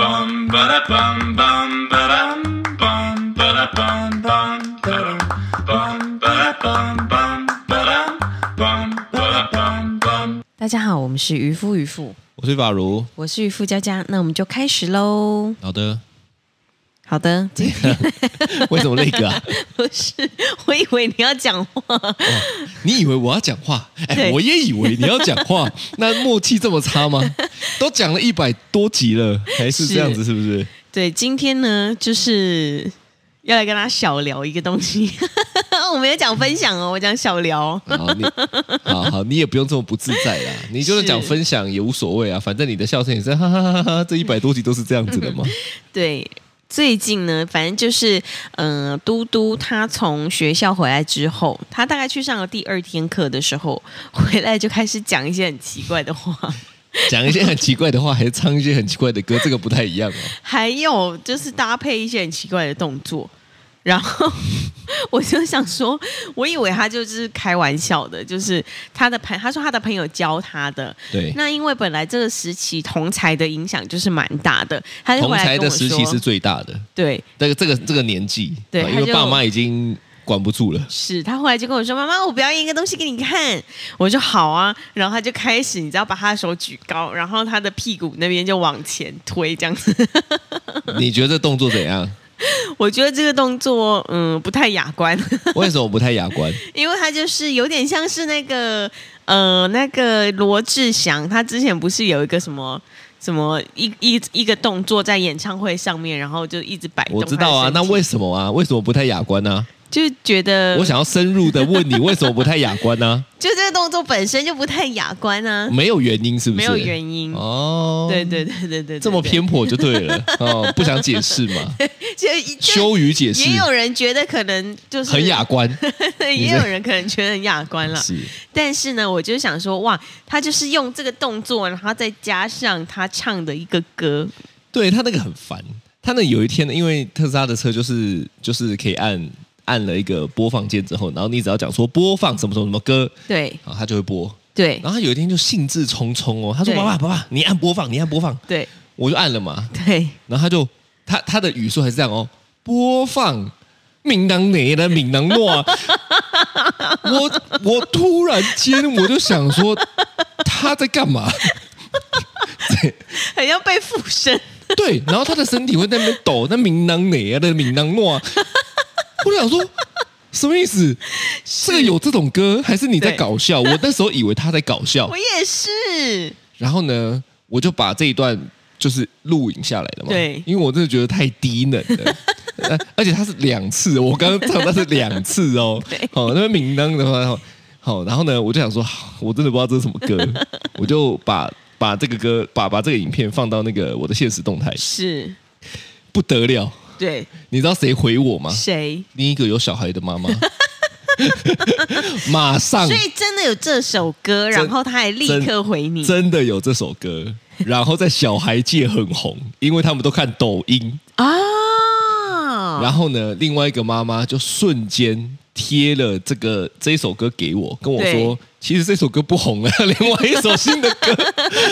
bum ba da bum bum ba dum bum ba da bum bum ba dum bum ba da bum bum ba dum bum ba da bum bum. 大家好，我们是渔夫渔妇，我是法如，我是渔夫佳佳，那我们就开始喽。好的，好的，今天 为什么那 个啊？不是， 我以为你要讲话，你以为我要讲话？哎，对我也以为你要讲话， 那默契这么差吗？都讲了一百多集了，还是是这样子，是不是？对，今天呢就是要来跟大家小聊一个东西， 我没有讲分享哦，我讲小聊。好，你好好，你也不用这么不自在 啦。你就是是讲分享也无所谓啊，反正你的笑声也是哈哈哈哈哈。这一百多集都是这样 子的嘛。对，最近呢，反正就是，嗯、嘟嘟他从学校回来之后，他大概去上了第二天课的时候，回来就开始讲一些很奇怪的话，讲一些很奇怪的话，还是唱一些很奇怪的歌，这个不太一样哦。还有就是搭配一些很奇怪的动作，然后。 我就想说，我以为他就是开玩笑的，就是他的朋，他说他的朋友教他的。对，那因为本来这个时期同才的影响就是蛮大的，他就同回来才跟的我时期说是最大的，对，这个这个这个年纪，对啊他因为就爸妈已经管 不住了。是他后来就跟我说：“妈妈，我表演一个东西给你看。”我就好啊，然后他就开始，你知道，把他的手举高，然后他的屁股那边就往前推，这样子。 你觉得这动作怎样？我觉得这个动作，嗯，不太雅观， 为什么不太雅观？因为他就是有点像是那个，呃，那个罗志祥，他之前不是有一个什么什么一一一个动作在演唱会上面，然后就一直摆动我他的身知体。道啊，那为什么啊？为什么不太雅观呢、就是觉得，我想要深入的 问你，为什么不太雅观呢、就这个动作本身就不太雅观啊，没有原因，是不是？没有原因。哦，对对对对对对，这么对偏颇就对 了哦，不想解释嘛，就羞于解释也，有人觉得可能就是 很雅，观，也有人可能觉得很雅观了。是但是呢，我就想说，哇，他就是用这个动作，然后再加上他唱的一个歌，对他那个很烦。他那有一天呢，因为特斯拉的车就是就是可以按按了一个播放键之后，然后你只要讲说播放什么什么什么歌，对然后他就会播。对然后他有一天就兴致冲冲哦，他说：“对爸爸，爸爸，你按播放，你按播放。对”我就按了嘛，对，然后他就他他的语速还是这样哦，播放闽南哪的闽南话，我我突然间我就想说他在干嘛？很像被附身。对，然后他的身体会在那边抖，那闽南哪的闽南话，我就想说。什么意思？这个有这种歌，还是你在对搞笑？我那时候以为他在搞笑我，也是，然后呢，我就把这一段就是录影下来了嘛。对因为我真的觉得太低能了。呃而且他是两次，我刚刚唱他是两次哦。好、那边铃铛的话，好，然后呢，我就想说，好我真的不知道这是什么歌，我就把把这个歌，把把这个影片放到那个我的现实动态，是，不得了，对，你知道谁回我 吗？谁？另一个有小孩的妈妈，马上所以真的有这首歌，然后他还立刻回你， 真的有这首歌，然后在小孩界很红，因为他们都看抖音。啊，然后呢，另外一个妈妈就瞬间贴了这个这一首歌给我，跟我说对，其实这首歌不红了， 另外一首新的歌。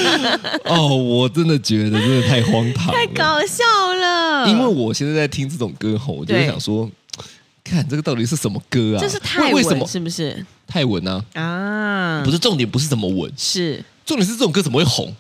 哦，我真的觉得真的太荒唐太了，搞笑了，因为我啊现在在听这种歌吼，我就会对想说。看这个到底是什么歌啊？这是泰为为什么文是不是泰文啊？啊？不是重点，不是怎么文，是重点是这种歌怎么会 红？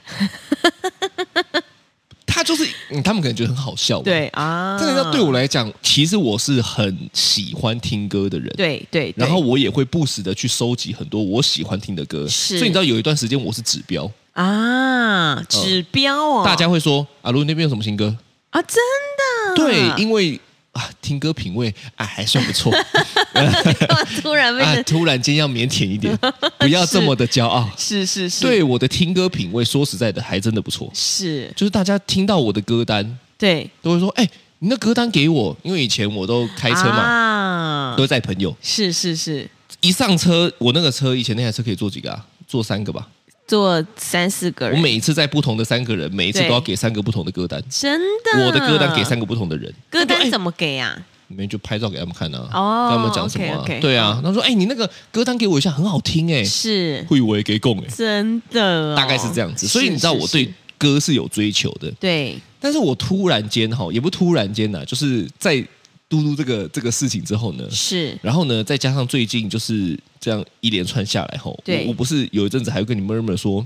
他就是、嗯他们可能觉得很好笑吧。对啊，真的要对我来讲，其实我是很喜欢听歌的人。。对对，对然后我也会不时的去收集很多我喜欢听的歌，是哦所以你知道有一段时间我是指标，啊，指标哦，大家会说啊，如果那边有什么新歌，啊，真的对，因为啊听歌品味啊还算 不错为 突然被、啊，突然间要腼腆 一点，不要这么的骄傲。是是是，对我的听歌品味，说实在的还真的不错，是，就是大家听到我的歌单对，都会说，哎、你那歌单给我，因为以前我都开车嘛，啊都，会载朋友，是是是，一上车，我那个车以前那台车可以坐几个啊？坐三个吧。做三四个我人，每一次在不同的三个人，每一次对都要给三个不同的歌单。真的，我的歌单给三个，个哎不同的人，歌单怎么么？给啊？你们就拍照给他们看啊，哦跟他们讲什么啊 OK，OK，对啊，他说：“哎，你那个歌单给我一下，很好听哎。”是会为给供哎，真的哦、大概是这样子。所以你知道我是对是是歌是有追求的。对但是我突然间哈，也不突然间呐、就是在嘟嘟这个这个事情之后呢，是然后呢，再加上最近就是这样一连串下来后，对我我不是有一阵子还会跟你 murmur 说，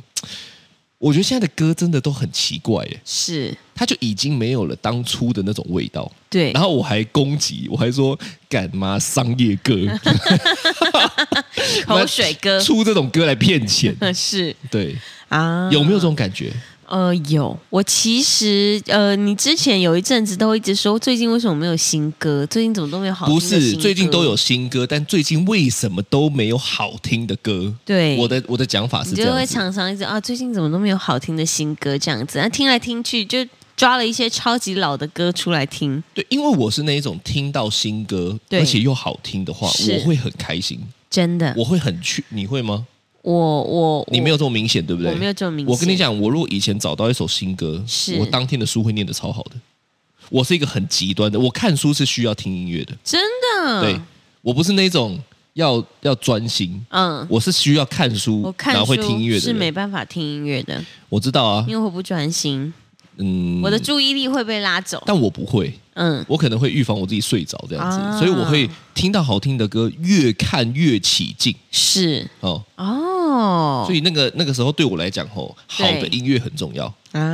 我觉得现在的歌真的都很奇怪耶，是，它就已经没有了当初的那种味道。对，然后我还攻击，我还说干嘛商业歌， 口水歌出这种歌来骗钱， 是对，啊，有没有这种感觉？呃，有。我其实呃，你之前有一阵子都一直说，最近为什么没有新歌？最近怎么都没有好听不的新歌？是，最近都有新歌，但最近为什么都没有好听的歌？对我的我的讲法是你这就样会子，常常一直啊，最近怎么都没有好听的新歌这样子，那听来听去就抓了一些超级老的歌出来听，对，因为我是那一种听到新歌对而且又好听的话，是我会很开心，真的，我会很去，你会吗？我我你没有这么明显，对不我对？我没有这么明显，我跟你，讲，我如果以前找到一首新歌，是我当天的书会念得超好的。我是一个很极端的，我看书是需要听音乐的，真的，对我不是那种要要专心，嗯，我是需要看书，我看然后书会听音乐的是人没办法听音乐的，我知道啊因，为我不专心，嗯，我的注意力会被拉走，但我不会，嗯，我可能会预防我自己睡着这样子，啊所以我会听到好听的歌，越看越起劲是哦。哦，所以那个那个时候对我来讲，吼，好的对音乐很重要。啊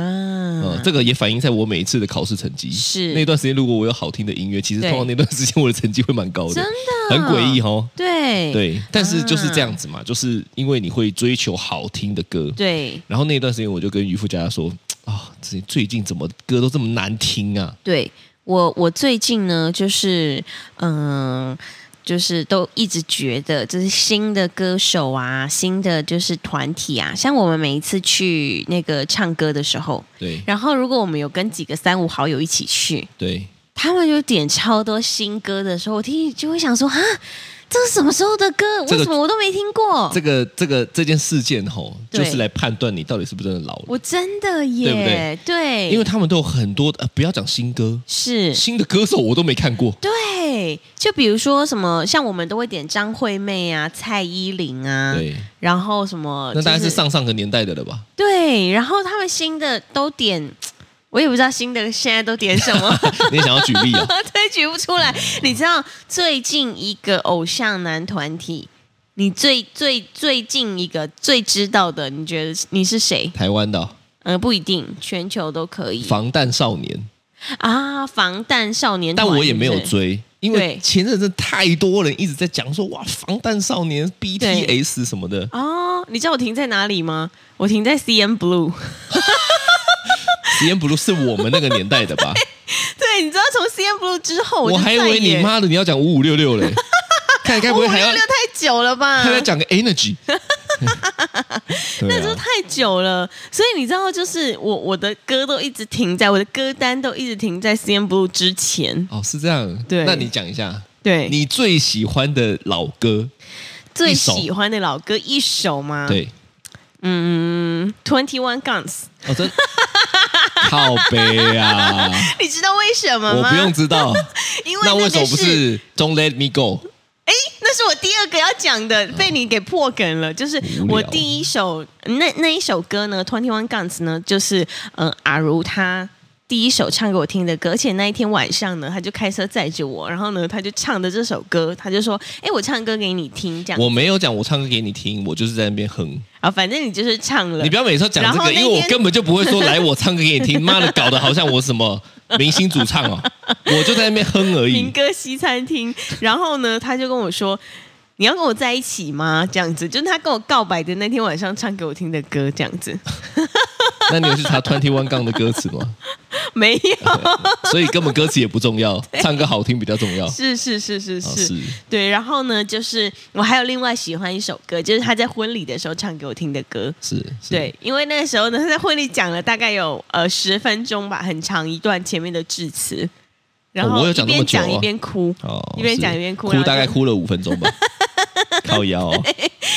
嗯，，这个也反映在我每一次的考试成绩。是那段时间，如果我有好听的音乐，其实对通常那段时间我的成绩会蛮高的，真的啊很诡异哦。对啊对，但是就是这样子嘛，就是因为你会追求好听的歌。对然后那段时间，我就跟渔夫家说啊，最、最近怎么歌都这么难听啊？对，我我最近呢，就是嗯。就是都一直觉得，就是新的歌手啊，新的就是团体啊，像我们每一次去那个唱歌的时候，对然后如果我们有跟几个三五好友一起去，对，他们有点超多新歌的时候，我听就会想说啊，这是什么时候的歌？这个为什么我都没听过？这个这个这件事件吼，对就是来判断你到底是不是真的老了，我真的耶，对不对因为他们都有很多的、呃，不要讲新歌，是新的歌手我都没看过。对，就比如说什么，像我们都会点张惠妹啊、蔡依林啊，对，然后什么、那就大概是上上个年代的 了吧？对，然后他们新的都点，我也不知道新的现在都点什么， 你也想要举例啊？对，举不出来。你知道最近一个偶像男团体，你最最最近一个最知道的，你觉得你是谁？台湾的啊、呃，不一定，全球都可以防弹少年，啊。防弹少年团，但我也没有对不对追，因为对前阵子太多人一直在讲说哇，防弹少年 BTS 什么的，哦，你知道我停在哪里吗？我停在 CN Blue。实验不如是我们那个年代 的吧？对，你知道从 CN Blue 之后我就还以再为你也妈的你要讲五五六 六嘞，看你该不五会六还要六太久了吧？还要讲个 energy？对那就啊是太久了，所以你知道，就是我我的歌都一直停在我的歌单都一直停在 CN Blue 之前。哦，是这样。对那你讲一下对，你最喜欢的老歌，最一首喜欢的老歌一首吗？，对，嗯，Twenty One Guns， 哦，真靠背啊，你知道为什么我吗？不用，知道。因为那为那什么个不是是 Don't Let Me Go？哎，那是我第二个要讲的，被你给破梗了。就是嗯无聊我第一首那那一首歌呢，Twenty One Guns 呢，就是呃阿如她第一首唱给我听的歌，而且那一天晚上呢，她就开车载着我，然后呢，她就唱的这首歌，她就说：“哎，我唱歌给你听。”这样我没有讲，我唱歌给你听，我就是在那边哼。啊，反正你就是唱了。你不要每次都讲这然后个，那因天为我根本就不会说来我唱歌给你听。妈的，搞得好像我什么明星主 唱哦，我就在那边哼而民已。歌西餐厅，然后呢，她就跟我说。你要跟我在一起吗？这样子，就是她跟我告白的那天晚上唱给我听的歌，这样子那你有去查 Twenty One 杠的歌词吗？没有，哦所以根本歌词也不 重要，唱歌好听比较重要。是是是是啊是，对，然后呢，就是我还有另外喜欢一首歌，就是他在婚礼的时候唱给我听的歌。是是，对，因为那个时候呢，他在婚礼讲了大概有呃十分钟吧，很长一段前面的致辞，然哦我后有一讲那边么久啊讲一边哭，哦，一边是讲一边哭哭然后大概就哭了五分钟吧， 靠 腰哦。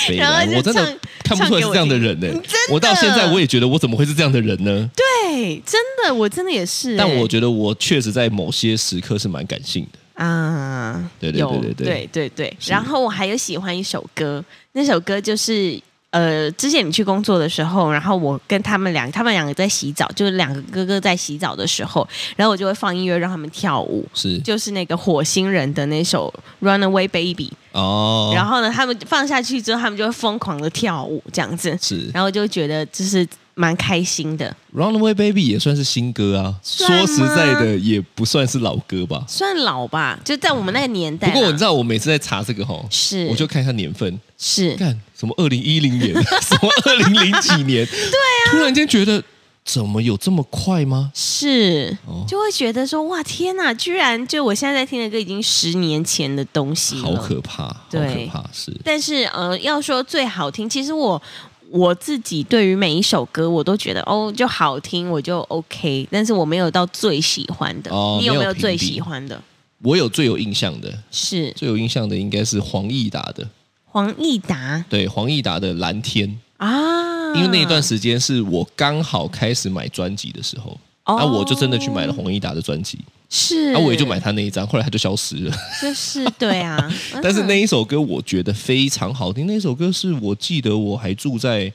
北然后兰就我真的唱看不出来是这样的人呢、唱给我听嗯真的我到现在我也觉得我怎么会是这样的人呢？对，真的，我真的也是欸、但我觉得我确实在某些时刻是蛮感性的。啊，对对有对对对对对对然后我还有喜欢一首歌，那首歌就是呃，之前你去工作的时候，然后我跟他们两，他们两个在洗澡，就是两个哥哥在洗澡的时候，然后我就会放音乐让他们跳舞，是就是那个火星人的那首《Runaway Baby》，哦，然后后呢，他们放下去之后，他们就会疯狂的跳舞这样子，是然后就觉得就是蛮开心的， 《Runaway Baby》也算是新歌啊，算吗说实在的，也不算是老歌吧。算老吧，就在我们那个年代不啦。过我知道，我每次在查这个吼，啊是，我就看一下年份，是看什么二零一零年， 什么二零零几年，对啊，突然间觉得怎么有这么快吗？是哦，就会觉得说哇天哪，居然就我现在在听的歌已经十年前的东西好了。可怕，好可嗯对怕，是但是呃，要说最好听，其实我我自己对于每一首歌，我都觉得哦就好听，我就 OK，但是我没有到最喜欢的。哦你有没没有有评最比喜欢的？我有最有印象的，是最有印象的应该是黄义达的，黄义达对，黄义达的《蓝天》，啊，因为那一段时间是我刚好开始买专辑的时候，哦啊，我就真的去买了黄义达的专辑，是，啊，我也就买他那一张，后来他就消失了。，就是对啊 但是嗯那一首歌我觉得非常好听，那首歌是我记得我还住在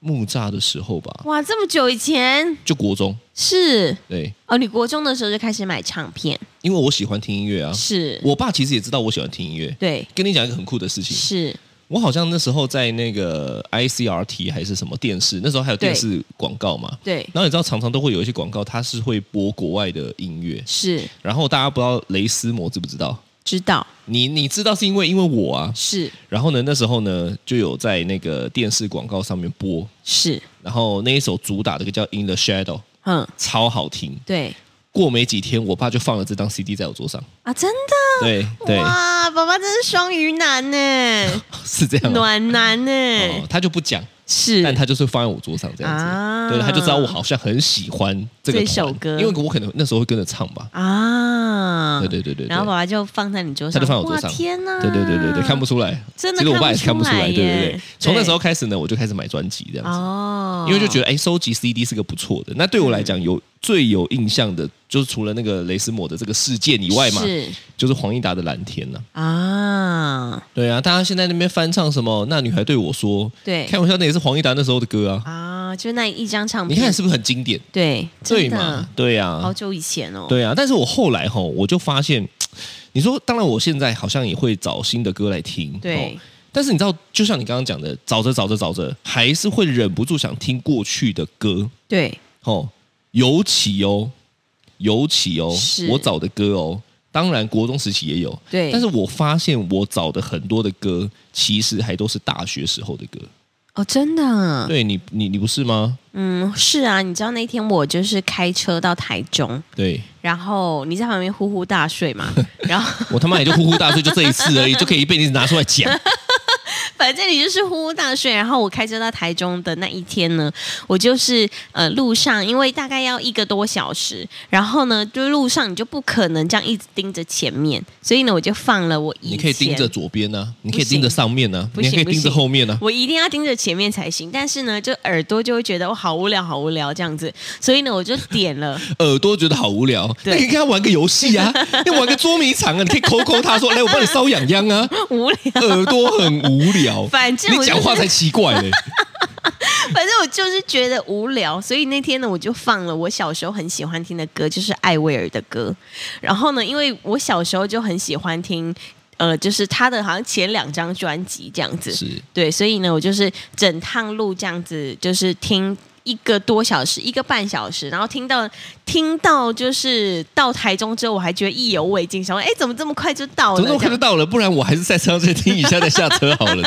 木栅的时候吧，哇，这么久以前就国中，是对，哦，你国中的时候就开始买唱片，因为我喜欢听音乐啊，是，我爸其实也知道我喜欢听音乐。对，跟你讲一个很酷的事情，是我好像那时候在那个 ICRT 还是什么电视，那时候还有电视广告嘛。对，然后你知道，常常都会有一些广告，它是会播国外的音乐。是然后大家不知道雷斯摩知不知道？知道，你你知道是因为因为我啊。是然后呢，那时候呢就有在那个电视广告上面播，是，然后那一首主打的歌叫《In the Shadow》，嗯，超好听。对过没几天，我爸就放了这张 CD 在我桌上。啊，真的，对对，哇，爸爸真是双鱼男 呢，是这样啊、暖男呢，哦，他就不讲，是但他就是放在我桌上这样子。啊对，他就知道我好像很喜欢这个这团首歌因为我可能那时候会跟着唱吧。啊，对对对对对然后爸爸就放在你桌上，他就放我桌上哇天哪，对对对对对，看不出来，真的其实我爸也是看看不不出出来来，对对耶对。从那对时候开始呢，我就开始买专辑这样子，哦，因为就觉得哎，收集 CD 是个不错的。那对我来讲，嗯有最有印象的，就是除了那个雷斯摩的这个事件以外嘛，是就是黄义达的《蓝天》呐。啊，对啊，大家现在那边翻唱什么？那女孩对我说，对开玩笑，那也是黄义达那时候的歌啊。啊，就那一张唱你片，看是不是很经典？对对真嘛的？对啊，好久以前哦，对啊，但是我后来吼，我就发现，你说，当然我现在好像也会找新的歌来听，对吼但是你知道，就像你刚刚讲的，找着找着找着，还是会忍不住想听过去的歌，对哦，尤其哦，尤其哦是，我找的歌哦，当然国中时期也有，对，但是我发现我找的很多的歌，其实还都是大学时候的歌。哦，真的啊，对你，你你不是吗？嗯，是啊，你知道那天我就是开车到台中，对然后你在旁边呼呼大睡 嘛，然后我他妈也就呼呼大睡，就这一次而已，就可以被你拿出来讲。反正你就是呼呼大睡，然后我开车到台中的那一天呢，我就是呃路上，因为大概要一个多小时，然后呢，就路上你就不可能这样一直盯着前面，所以呢，我就放了我以前你可以盯着。左边呢、啊你可以盯着上面呢、不你行还可以盯着后面 啊呢、我一定要盯着前面才行，但是呢，就耳朵就会觉得我好无聊，好无聊这样子，所以呢，我就点了， 耳朵觉得好无聊，那对你可以跟他玩个游戏啊，你玩个捉迷藏啊，你可以抠抠他说，来我帮你搔痒痒啊，无聊，耳朵很无 聊，反正我你讲话就是才奇怪嘞、反正我就是觉得无聊，所以那天呢，我就放了我小时候很喜欢听的歌，就是艾薇儿的歌。然后呢，因为我小时候就很喜欢听，呃，就是他的好像前两张专辑这样子，是 对，所以呢，我就是整趟路这样子，就是听。一个多小时，一个半小时，然后听到听到就是到台中之后，我还觉得意犹未尽，想说，哎，怎么这么快就到了？怎么那么快这就样到了？不然我还是在车上再听一下再下车好 了，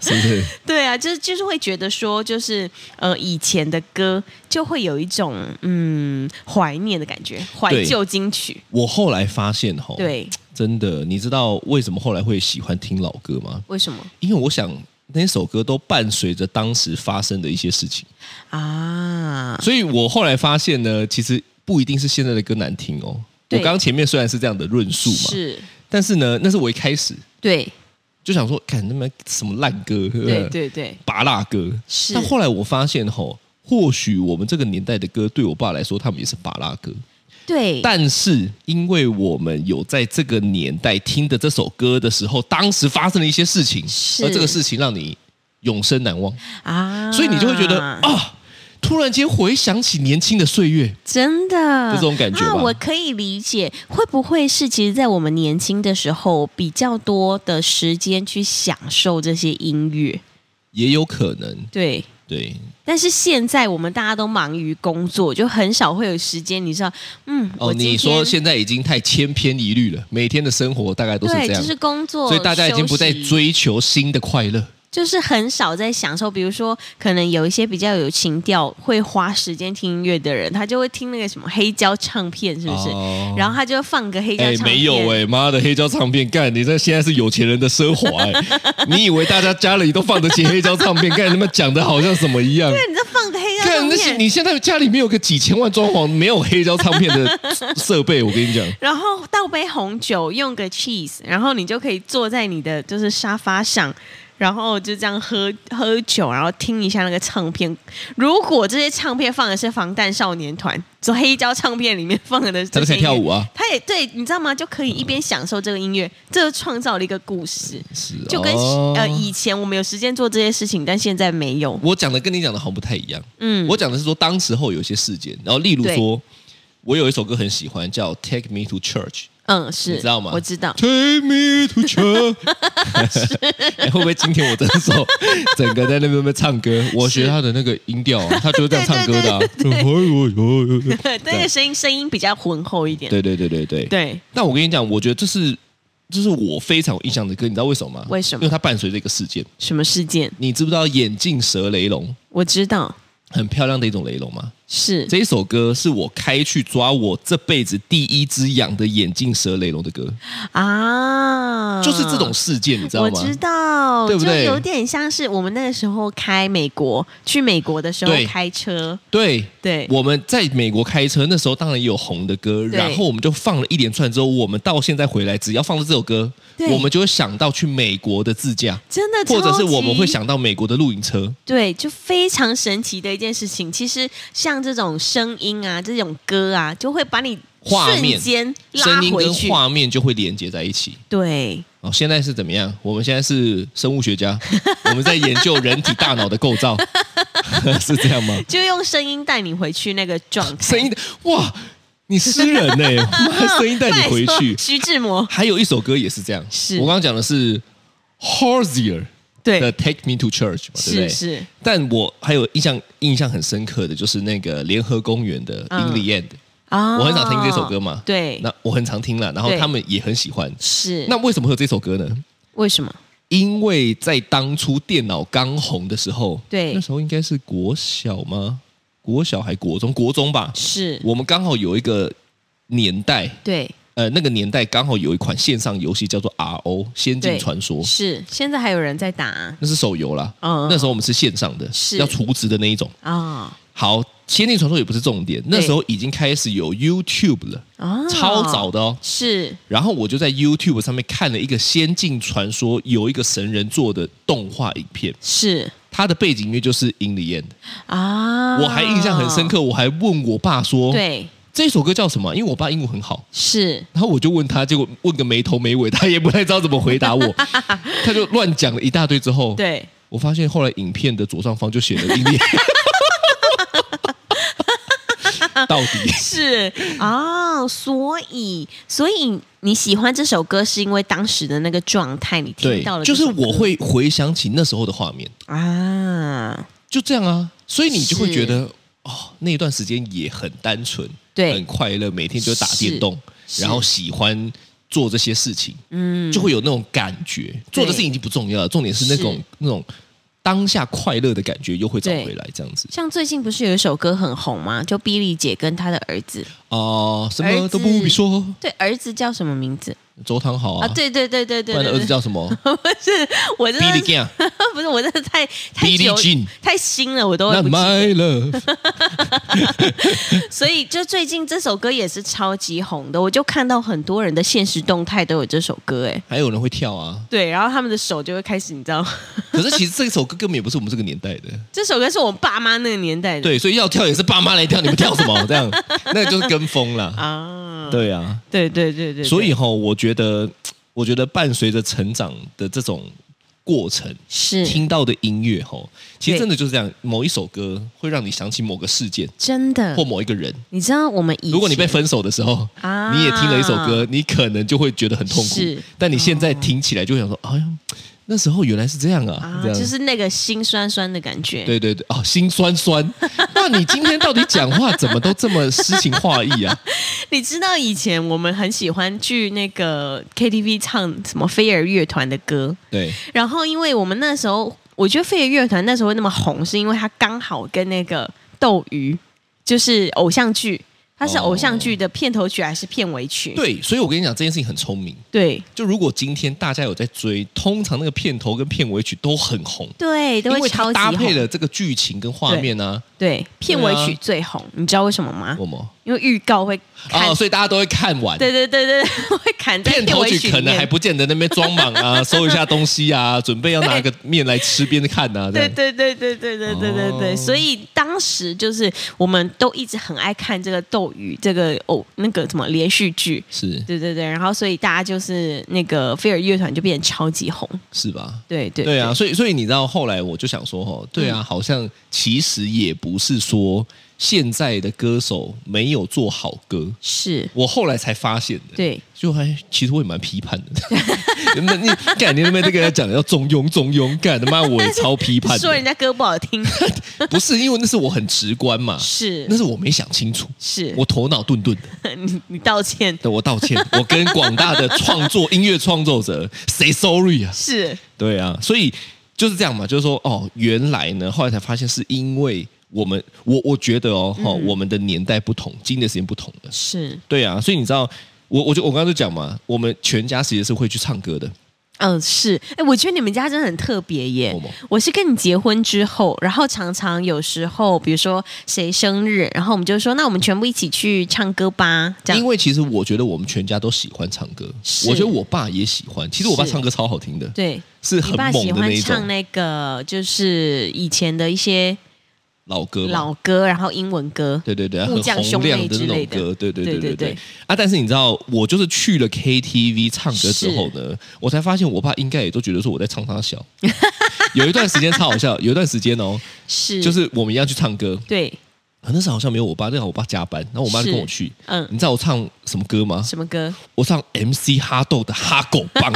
是不是？对啊，就是就是会觉得说，就是呃，以前的歌就会有一种嗯怀念的感觉，怀旧金曲。我后来发现吼，对，真的，你知道为什么后来会喜欢听老歌吗？为什么因为我想那首歌都伴随着当时发生的一些事情。啊？所以我后来发现呢，其实不一定是现在的歌难听哦。我对刚刚前面虽然是这样的论述嘛，是，但是呢，那是我一开始对，就想说，看那么什么烂歌，呃对，对，对，拔蜡歌。是但后来我发现吼、或许我们这个年代的歌，对我爸来说，他们也是拔蜡歌。对，但是，因为我们有在这个年代听的这首歌的时候，当时发生了一些事情，是而这个事情让你永生难忘。啊，所以你就会觉得啊，突然间回想起年轻的岁月，真的有这种感觉啊，吧我可以理解，会不会是其实，在我们年轻的时候，比较多的时间去享受这些音乐，也有可能对。对。但是现在我们大家都忙于工作，就很少会有时间。你知道，嗯，哦，我今你说天现在已经太千篇一律了，每天的生活大概都是对，这样，就是工作，所以大家已经不再休息追求新的快乐。就是很少在享受，比如说，可能有一些比较有情调、会花时间听音乐的人，他就会听那个什么黑胶唱片，是不是？哦然后他就放个黑胶哎、唱片，没有哎、妈的黑胶唱片，干你这现在是有钱人的奢华哎、 你以为大家家里都放得起黑胶唱片？干他妈讲的好像什么一样？你这放个黑胶干唱那些片，你现在家里面有个几千万装潢，没有黑胶唱片的设备，我跟你讲，然后倒杯红酒，用个 cheese，然后你就可以坐在你的就是沙发上，然后就这样喝喝酒，然后听一下那个唱片。如果这些唱片放的是防弹少年团，就黑胶唱片里面放的是他这就可些以跳舞音乐。啊，他也对，你知道吗？就可以一边享受这个音乐，这就创造了一个故事，是就跟、哦呃以前我们有时间做这些事情，但现在没有。我讲的跟你讲的好像不太一样。嗯，我讲的是说当时候有一些事件，然后例如说，我有一首歌很喜欢，叫《Take Me to Church 嗯是，你知道吗我知道》。。 Take me to church，哎会不会今天我整首 整个在那边唱歌？我学他的那个音调、啊，他就是这样唱歌的、啊。 对，那个声音声音比较浑厚一点。 对对对对对。对，但我跟你讲，我觉得这是这是我非常有印象的歌，你知道为什么吗？为什么因为它伴随着一个事件。什么事件？你知不知道眼镜蛇雷龙我知道，很漂亮的一种雷龙吗？是这一首歌是我开去抓我这辈子第一只养的眼镜蛇雷龙的歌，啊，就是这种，事件，你知道我吗？知道，对不对就有点像是我们那个时候开美国去美国的时候对开车，对，对，我们在美国开车那时候当然也有红的歌，对然后我们就放了一连串之后，我们到现在回来只要放到这首歌，对我们就会想到去美国的自驾，真的，或者是我们会。想到美国的露营车。对，就非常神奇的一件事情。其实像这种声音啊，这种歌啊，就会把你画面瞬间拉声音回跟去。画面就会连接在一起。对，哦，现在是怎么样？我们现在是生物 学家，我们在研究人体大脑的构造， 是这样吗？就用声音带你回去那个状态。声音的哇，你诗人呢、 妈， 声音带你回拜去托。 徐志摩还有一首歌也是这样，是我刚刚讲的是 Horsier 对的 Take Me to Church 嘛，对不是对？是但我还有印象印象很深刻的就是那个联合公园的嗯 In the End，、啊我很少听这首歌嘛对，那我很常听了，然后对他们也很喜欢。是那为什么会有这首歌呢？为什么？因为在当初电脑刚红的时候，对那时候应该是国小吗？国小还国中？国中吧。是我们刚好有一个年代，对，呃，那个年代刚好有一款线上游戏叫做 RO《仙境对传说》，是现在还有人在打啊那是手游啦。嗯那时候我们是线上的，是要储值的那一种。哦好，《仙境传说》也不是重点，那时候已经开始有 YouTube 了，哦超早的哦。是然后我就在 YouTube 上面看了一个《仙境传说》，有一个神人做的动画影片，是它的背景音乐就是《In the End》，啊，我还印象很深。刻，哦我还问我爸说，对，这首歌叫什么？因为我爸英文很好，是然后我就问他，结果问个没头没尾，他也不太知道怎么回 答我，他就乱讲了一大堆。之后，对，我发现后来影片的左上方就写了 In the End，到底是哦，所以所以你喜欢这首歌是因为当时的那个状态，你听对到了，这就是首歌，我会回想起那时候的画面，啊，就这样啊，所以你就会是觉得。哦，那一段时间也很单纯，对很快乐，每天就打是电动，是然后喜欢做这些事情，嗯，就会有那种感觉。做的事情已经不重要了，重点是那种是那种当下快乐的感觉又会找回来，这样子。像最近不是有一首歌很红吗？就比利姐跟她的儿子，哦、什儿么子都不必说，对，儿子叫什么名字周汤好啊，啊？对对对对不对然的对儿对 子叫什么我真的？Billy g a n 不是，我真的太太 Billy 久 Jean。太新了，我都会 Not 不记得。 my love，所以就最近这首歌也是超级红的，我就看到很多人的现实动态都有这首歌，哎，还有人会跳啊。对，然后他们的手就会开始，你知道，可是其实这首歌根本也不是我们这个年代的， 这首歌是我爸妈那个年代的，对，所以要跳也是爸妈来跳，你们跳什么？这样，那就是跟风啦。 啊，对啊，对对对对对，所以哈，我觉得，我觉得伴随着成长的这种过程是听到的音乐，吼，其嗯实对真的就是这样，某一首歌会让你想起某个事件真嗯的或。某一个人。你知道我们以如果你被前分手的时候，啊你也听了一首歌，你可能就会觉得很痛苦是，哦但你现在听起来就会想说，哎呀，那时候原来是这样啊啊，，这样就是那个心酸酸的感觉。对对对，哦，心酸酸。 那你今天到底讲话怎么都这么诗情画意啊？你知道以前我们很喜欢去那个 KTV 唱什么飞儿乐团的歌，对，然后因为我们那时候，我觉得飞儿乐团那时候会那么红，是因为它刚好跟那个斗鱼就是偶像剧，它是哦偶像剧的片头曲还是片尾曲？对，所以我跟你讲这件事情很聪明。对就如果今天大家有在追，通常那个片头跟片尾曲都很红，对，都因会为超它级搭配红。了这个剧情跟画面啊，对，片尾曲最红，你知道为什么吗我？们因为预告会砍，哦，所以大家都会看完。啊对对对对， 对会砍在片头尾曲曲可里能面还不见得那边装忙啊，收一下东西 啊，准备要拿个面来吃边看啊，这对样。对对对对对对对对，哦所以当时就是我们都一直很爱看这个斗鱼这个哦那个什么连续剧，是对对对，然后所以大家就是那个飞儿乐团就变得超级红，是吧？对对嗯对啊，，所以所以你知道后来我就想说哦，对啊，好像其实也不是说现在的歌手没有做好歌，是，我后来才发现的。对就还其实我也蛮批判的， 那你干你那边在跟他讲要中庸中庸，干他妈我也超批 判说人的，家歌不好 听，不是因为那是我很直观嘛，是那是我没想清楚，是，我头脑顿顿的，你你道歉，对我道歉，我跟广大的创作音乐创作者 say sorry 啊，是 对啊，所以就是这样嘛，就是说哦，原来呢，后来才发现是因为我们，我我觉得嗯哦，哈、我们的年代不同，经历的时间不同的，是，对啊，所以你知道，我我就我刚刚就讲嘛，我们全家其实是会去唱歌的，嗯是，哎，我觉得你们家真的很特别耶我吗，我是跟你结婚之后，然后常常有时候，比如说谁生日，然后我们就说，那我们全部一起去唱歌吧，这样因为其实我觉得我们全家都喜欢唱歌，是我觉得我爸也喜欢，其实我爸是唱歌超好听的，对。是你很爸猛喜的那欢一唱种那个，就是以前的一些老歌嘛，老歌，然后英文歌，对对对，木很匠兄洪妹亮的之那种类的歌，对对对对对对对对。啊，但是你知道，我就是去了 KTV 唱歌之后呢，我才发现我爸应该也都觉得说我在唱他小。 有一段时间超好笑，有一段时间哦，是就是我们一样去唱歌，对，啊那时候好像没有我爸，那时候我爸加班，然后我妈就跟我去。嗯，你知道我唱什么歌吗？什么歌？我唱 MC 哈豆的《哈狗 帮》，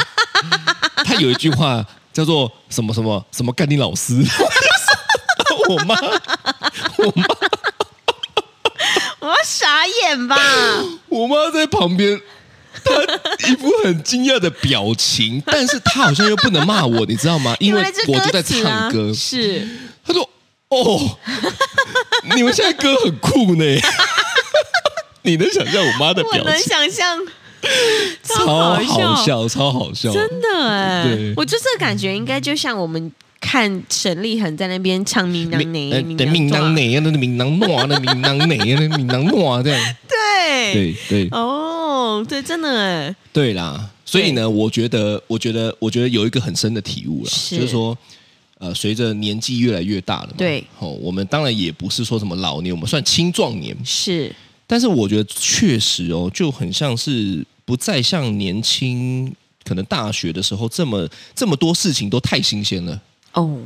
他有一句话叫做什么什么什么干你老师， 我妈我要傻眼吧？我妈在旁边，她一副很惊讶的表情，但是她好像又不能骂我，你知 道吗？ 因为这我就歌在词啊唱歌。是她说：“哦，你们现在歌很 酷呢。”你能想象我妈的我表能情？哦想象，超好好，笑，超好笑，真的哎对，我就这感觉应该就像我们看沈立恒在那边唱《明囊闽内呃》，对，闽南，哪那闽南哪那闽南哪那闽南 哪这样，对对对哦，对，真的哎，对啦，所以呢，我觉得，我觉得，我觉得有一个很深的体悟啦，是就是说，呃，随着年纪越来越大了嘛，对，哦，我们当然也不是说什么老年，我们算青壮年，是但是我觉得确实哦，就很像是不再像年轻，可能大学的时候这么这么多事情都太新鲜了，哦，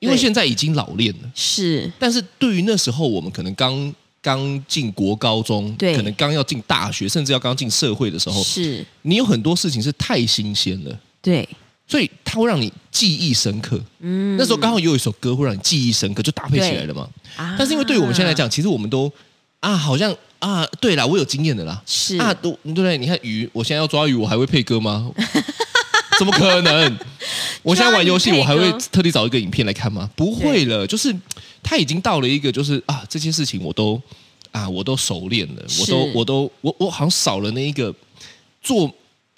因为对现在已经老练了。是但是对于那时候我们可能刚刚进国高中，对可能刚要进大学，甚至要刚进社会的时候，是，你有很多事情是太新鲜了。对，所以它会让你记忆深刻。嗯那时候刚好也有一首歌会让你记忆深刻，就搭配起来了嘛。啊但是因为对于我们现在来讲，其实我们都啊，好像啊，对啦，我有经验的啦。是啊，都对不对？你看鱼，我现在要抓鱼，我还会配歌吗？ 怎么可 能？我现在玩游戏，抓鱼我配还歌会特地找一个影片来看吗？不会了，就是它已经到了一个，就是啊，这些事情我都啊，我都熟练了，我是都我都我我好像少了那一个做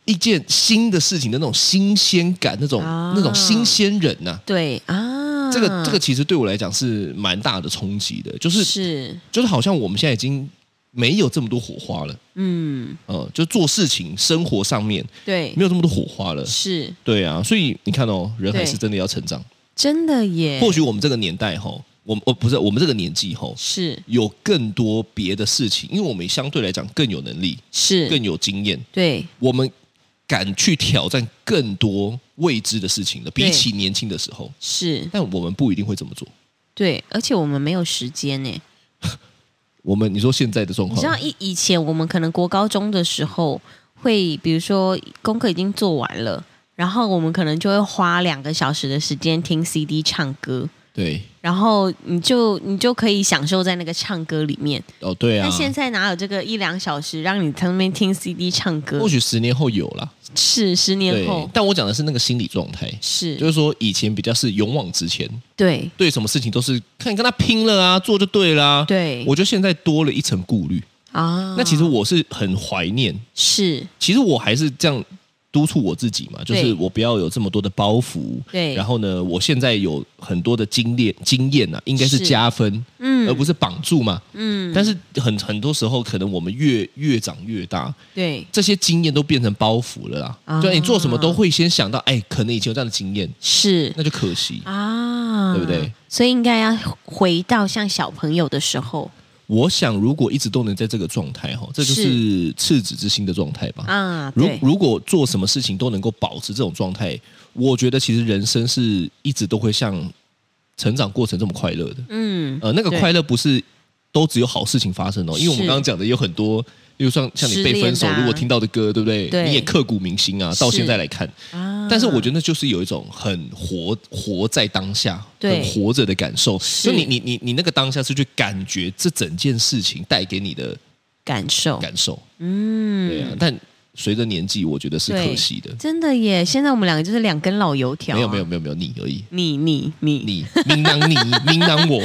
一件新的事情的那种新鲜感，那种、啊那种新鲜人呐、对啊，这个这个其实对我来讲是蛮大的冲击的，就是是就是好像我们现在已经没有这么多火花了，嗯，呃，就做事情、生活上面对没，有这么多火花了。是对啊，所以你看哦，人还对是真的要成长。真的耶，或许我们这个年代吼，我们哦不是我们这个年纪吼，是有更多别的事情，因为我们相对来讲更有能力、是，更有经验，对我们敢去挑战更多未知的事情了，比起年轻的时候。是但我们不一定会这么做。对，而且我们没有时间呢、我们你说现在的状你知道况，以以前我们可能国高中的时候会，比如说功课已经做完了，然后我们可能就会花两个小时的时间听 CD 唱歌，对，然后你就你就可以享受在那个唱歌里面。哦，对啊但。现在哪有这个一两小时让你在那边听 CD 唱歌或？许十年后有啦，是十年对后。，但我讲的是那个心理状态，就是是说以前比较是勇往直前，对对什么事情都是看你跟他拼了啊，做就对啦、对我觉得现在多了一层顾虑。啊。那其实我是很怀念，是其实我还是这样督促我自己嘛，就对是我不要有这么多的包袱。对然后呢，我现在有很多的经验经验啊，应该是是加分，嗯而不是绑住嘛。嗯，但是很很多时候，可能我们越越长越大，对这些经验都变成包袱了啦。啊就哎你做什么都会先想到，哎，可能以前有这样的经验，是那就可惜。啊，对不对？所以应该要回到像小朋友的时候我想，如果一直都能在这个状态哈，这就是赤子之心的状态吧。啊。如对，如果做什么事情都能够保持这种状态，我觉得其实人生是一直都会像成长过程这么快乐的。嗯，呃，那个对快乐不是都只有好事情发生哦，因为我们是刚刚讲的有很多，例如像像你失被恋分手，的啊如果听到的歌，对不对？对你也刻骨铭心啊，到是现在来看。啊但是我觉得那就是有一种很活活在当下，对很活着的感受。是就你你你你那个当下是去感觉这整件事情带给你的感受，感受，对啊。嗯，啊但随着年纪，我觉得是可惜的。真的耶！现在我们两个就是两根老油条、啊没有没有，没有没有你而已，你你你你明囊你 明囊我。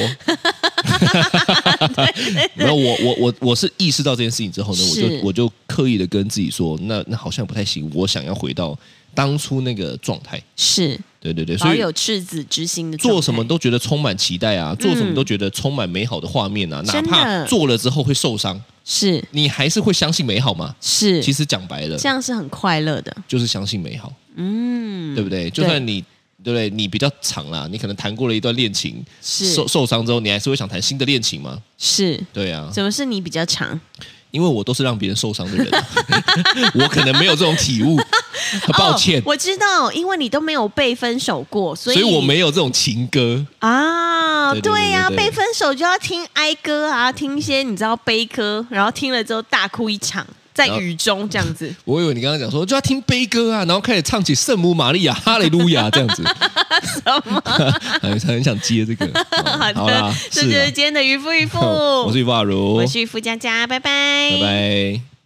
没有我我我我是意识到这件事情之后呢，我是就我就刻意的跟自己说，那那好像不太行，我想要回到当初那个状态。是对对对，所保以有赤子之心的状态，嗯做什么都觉得充满期待啊，做什么都觉得充满美好的画面啊，哪真的怕做了之后会受伤，是你还是会相信美好嘛。是，其实讲白了，这样是很快乐的，就是相信美好，嗯，对不对？就算你对不对，你比较长啦，你可能谈过了一段恋情，是受受伤之后，你还是会想谈新的恋情吗？是。对啊，怎么是你比较长？因为我都是让别人受伤 的人啊，我可能没有这种体悟，很抱歉哦，我知道，因为你都没有被分手过，所所以以我没有这种情歌。啊，对对对对呀、对对被分手就要听哀歌啊，听一些你知道悲歌，然后听了之后大哭一场，在然后雨中这样子，我以为你刚刚讲说就要听悲歌啊，然后开始唱起圣母玛利亚、哈利路亚这样子， 很很想接这个。 啊好啦的，，这是就是啦 今天的渔夫渔夫，我是于发如，我是渔夫佳佳，拜拜，拜。拜。